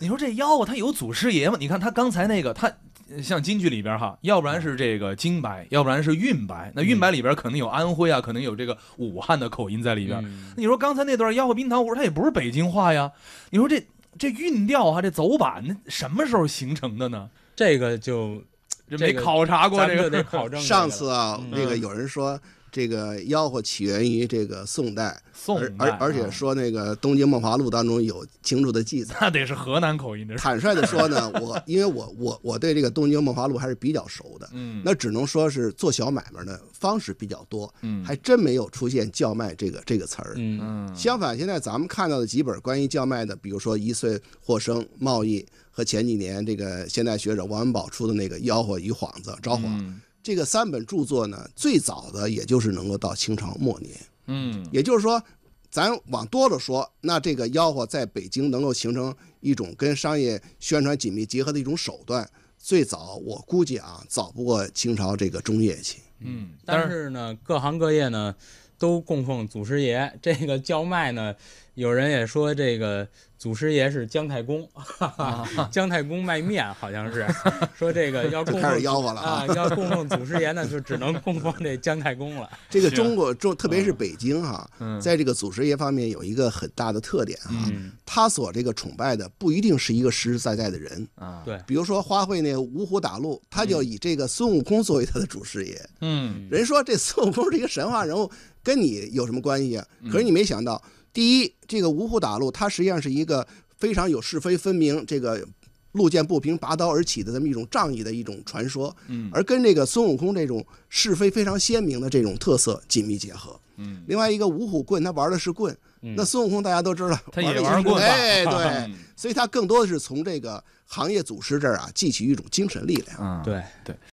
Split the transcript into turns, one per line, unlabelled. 你说这妖啊，他有祖师爷吗？你看他刚才那个，他呃像京剧里边哈，要不然是这个京白，要不然是韵白。那韵白里边可能有安徽啊，可能有这个武汉的口音在里边。
嗯
你说刚才那段吆喝冰糖葫芦，它也不是北京话呀。你说这这韵调啊，这走板，那什么时候形成的呢？
这个就
这
这
没
个
考察过
咱
这
们
个。
就 得考证这个了。
上次啊，
嗯
那个有人说这个吆喝起源于这个宋代，
宋
而
代
而
啊
而且说那个《东京梦华录》当中有清楚的记载。
那得是河南口音的。
坦率的说呢，我因为我我我对这个《东京梦华录》还是比较熟的，
嗯，
那只能说是做小买卖的方式比较多，
嗯
还真没有出现叫卖这个这个词儿。
嗯，
嗯
相反，现在咱们看到的几本关于叫卖的，比如说一岁获生、贸易和前几年这个现代学者王文宝出的那个《吆喝与幌子》《招幌》
嗯
这个三本著作呢，最早的也就是能够到清朝末年，
嗯
也就是说，咱往多了说，那这个吆喝在北京能够形成一种跟商业宣传紧密结合的一种手段，最早我估计啊，早不过清朝这个中叶期。
嗯，
但
是
是呢，各行各业呢都供奉祖师爷。 这个叫卖呢，有人也说这个祖师爷是姜太公，哈哈， 姜太公卖面好像是说这个要
就
供
开始
奉。
吆喝了
啊，要供奉祖师爷呢，就只能供奉这姜太公了。
这个
行
中国中，特别是北京哈、
嗯
在这个祖师爷方面有一个很大的特点哈、
嗯，
他所这个崇拜的不一定是一个实实在在的人，
啊，
对
比如说花卉那个五虎打鹿，他就以这个孙悟空作为他的主师爷。
嗯
人说这孙悟空是一个神话人物，跟你有什么关系啊？可是
嗯
你没想到，第一，这个五虎打鹿，它实际上是一个非常有是非分明、这个路见不平拔刀而起的这么一种仗义的一种传说，
嗯
而跟这个孙悟空这种是非非常鲜明的这种特色紧密结合。
嗯，
另外一个五虎棍，他玩的是棍，
嗯
那孙悟空大家都知道，
他也
的
玩
是
棍
哎，对
嗯，
啊所以他更多的是从这个行业祖师这儿啊，汲取一种精神力量。
啊，
对
对，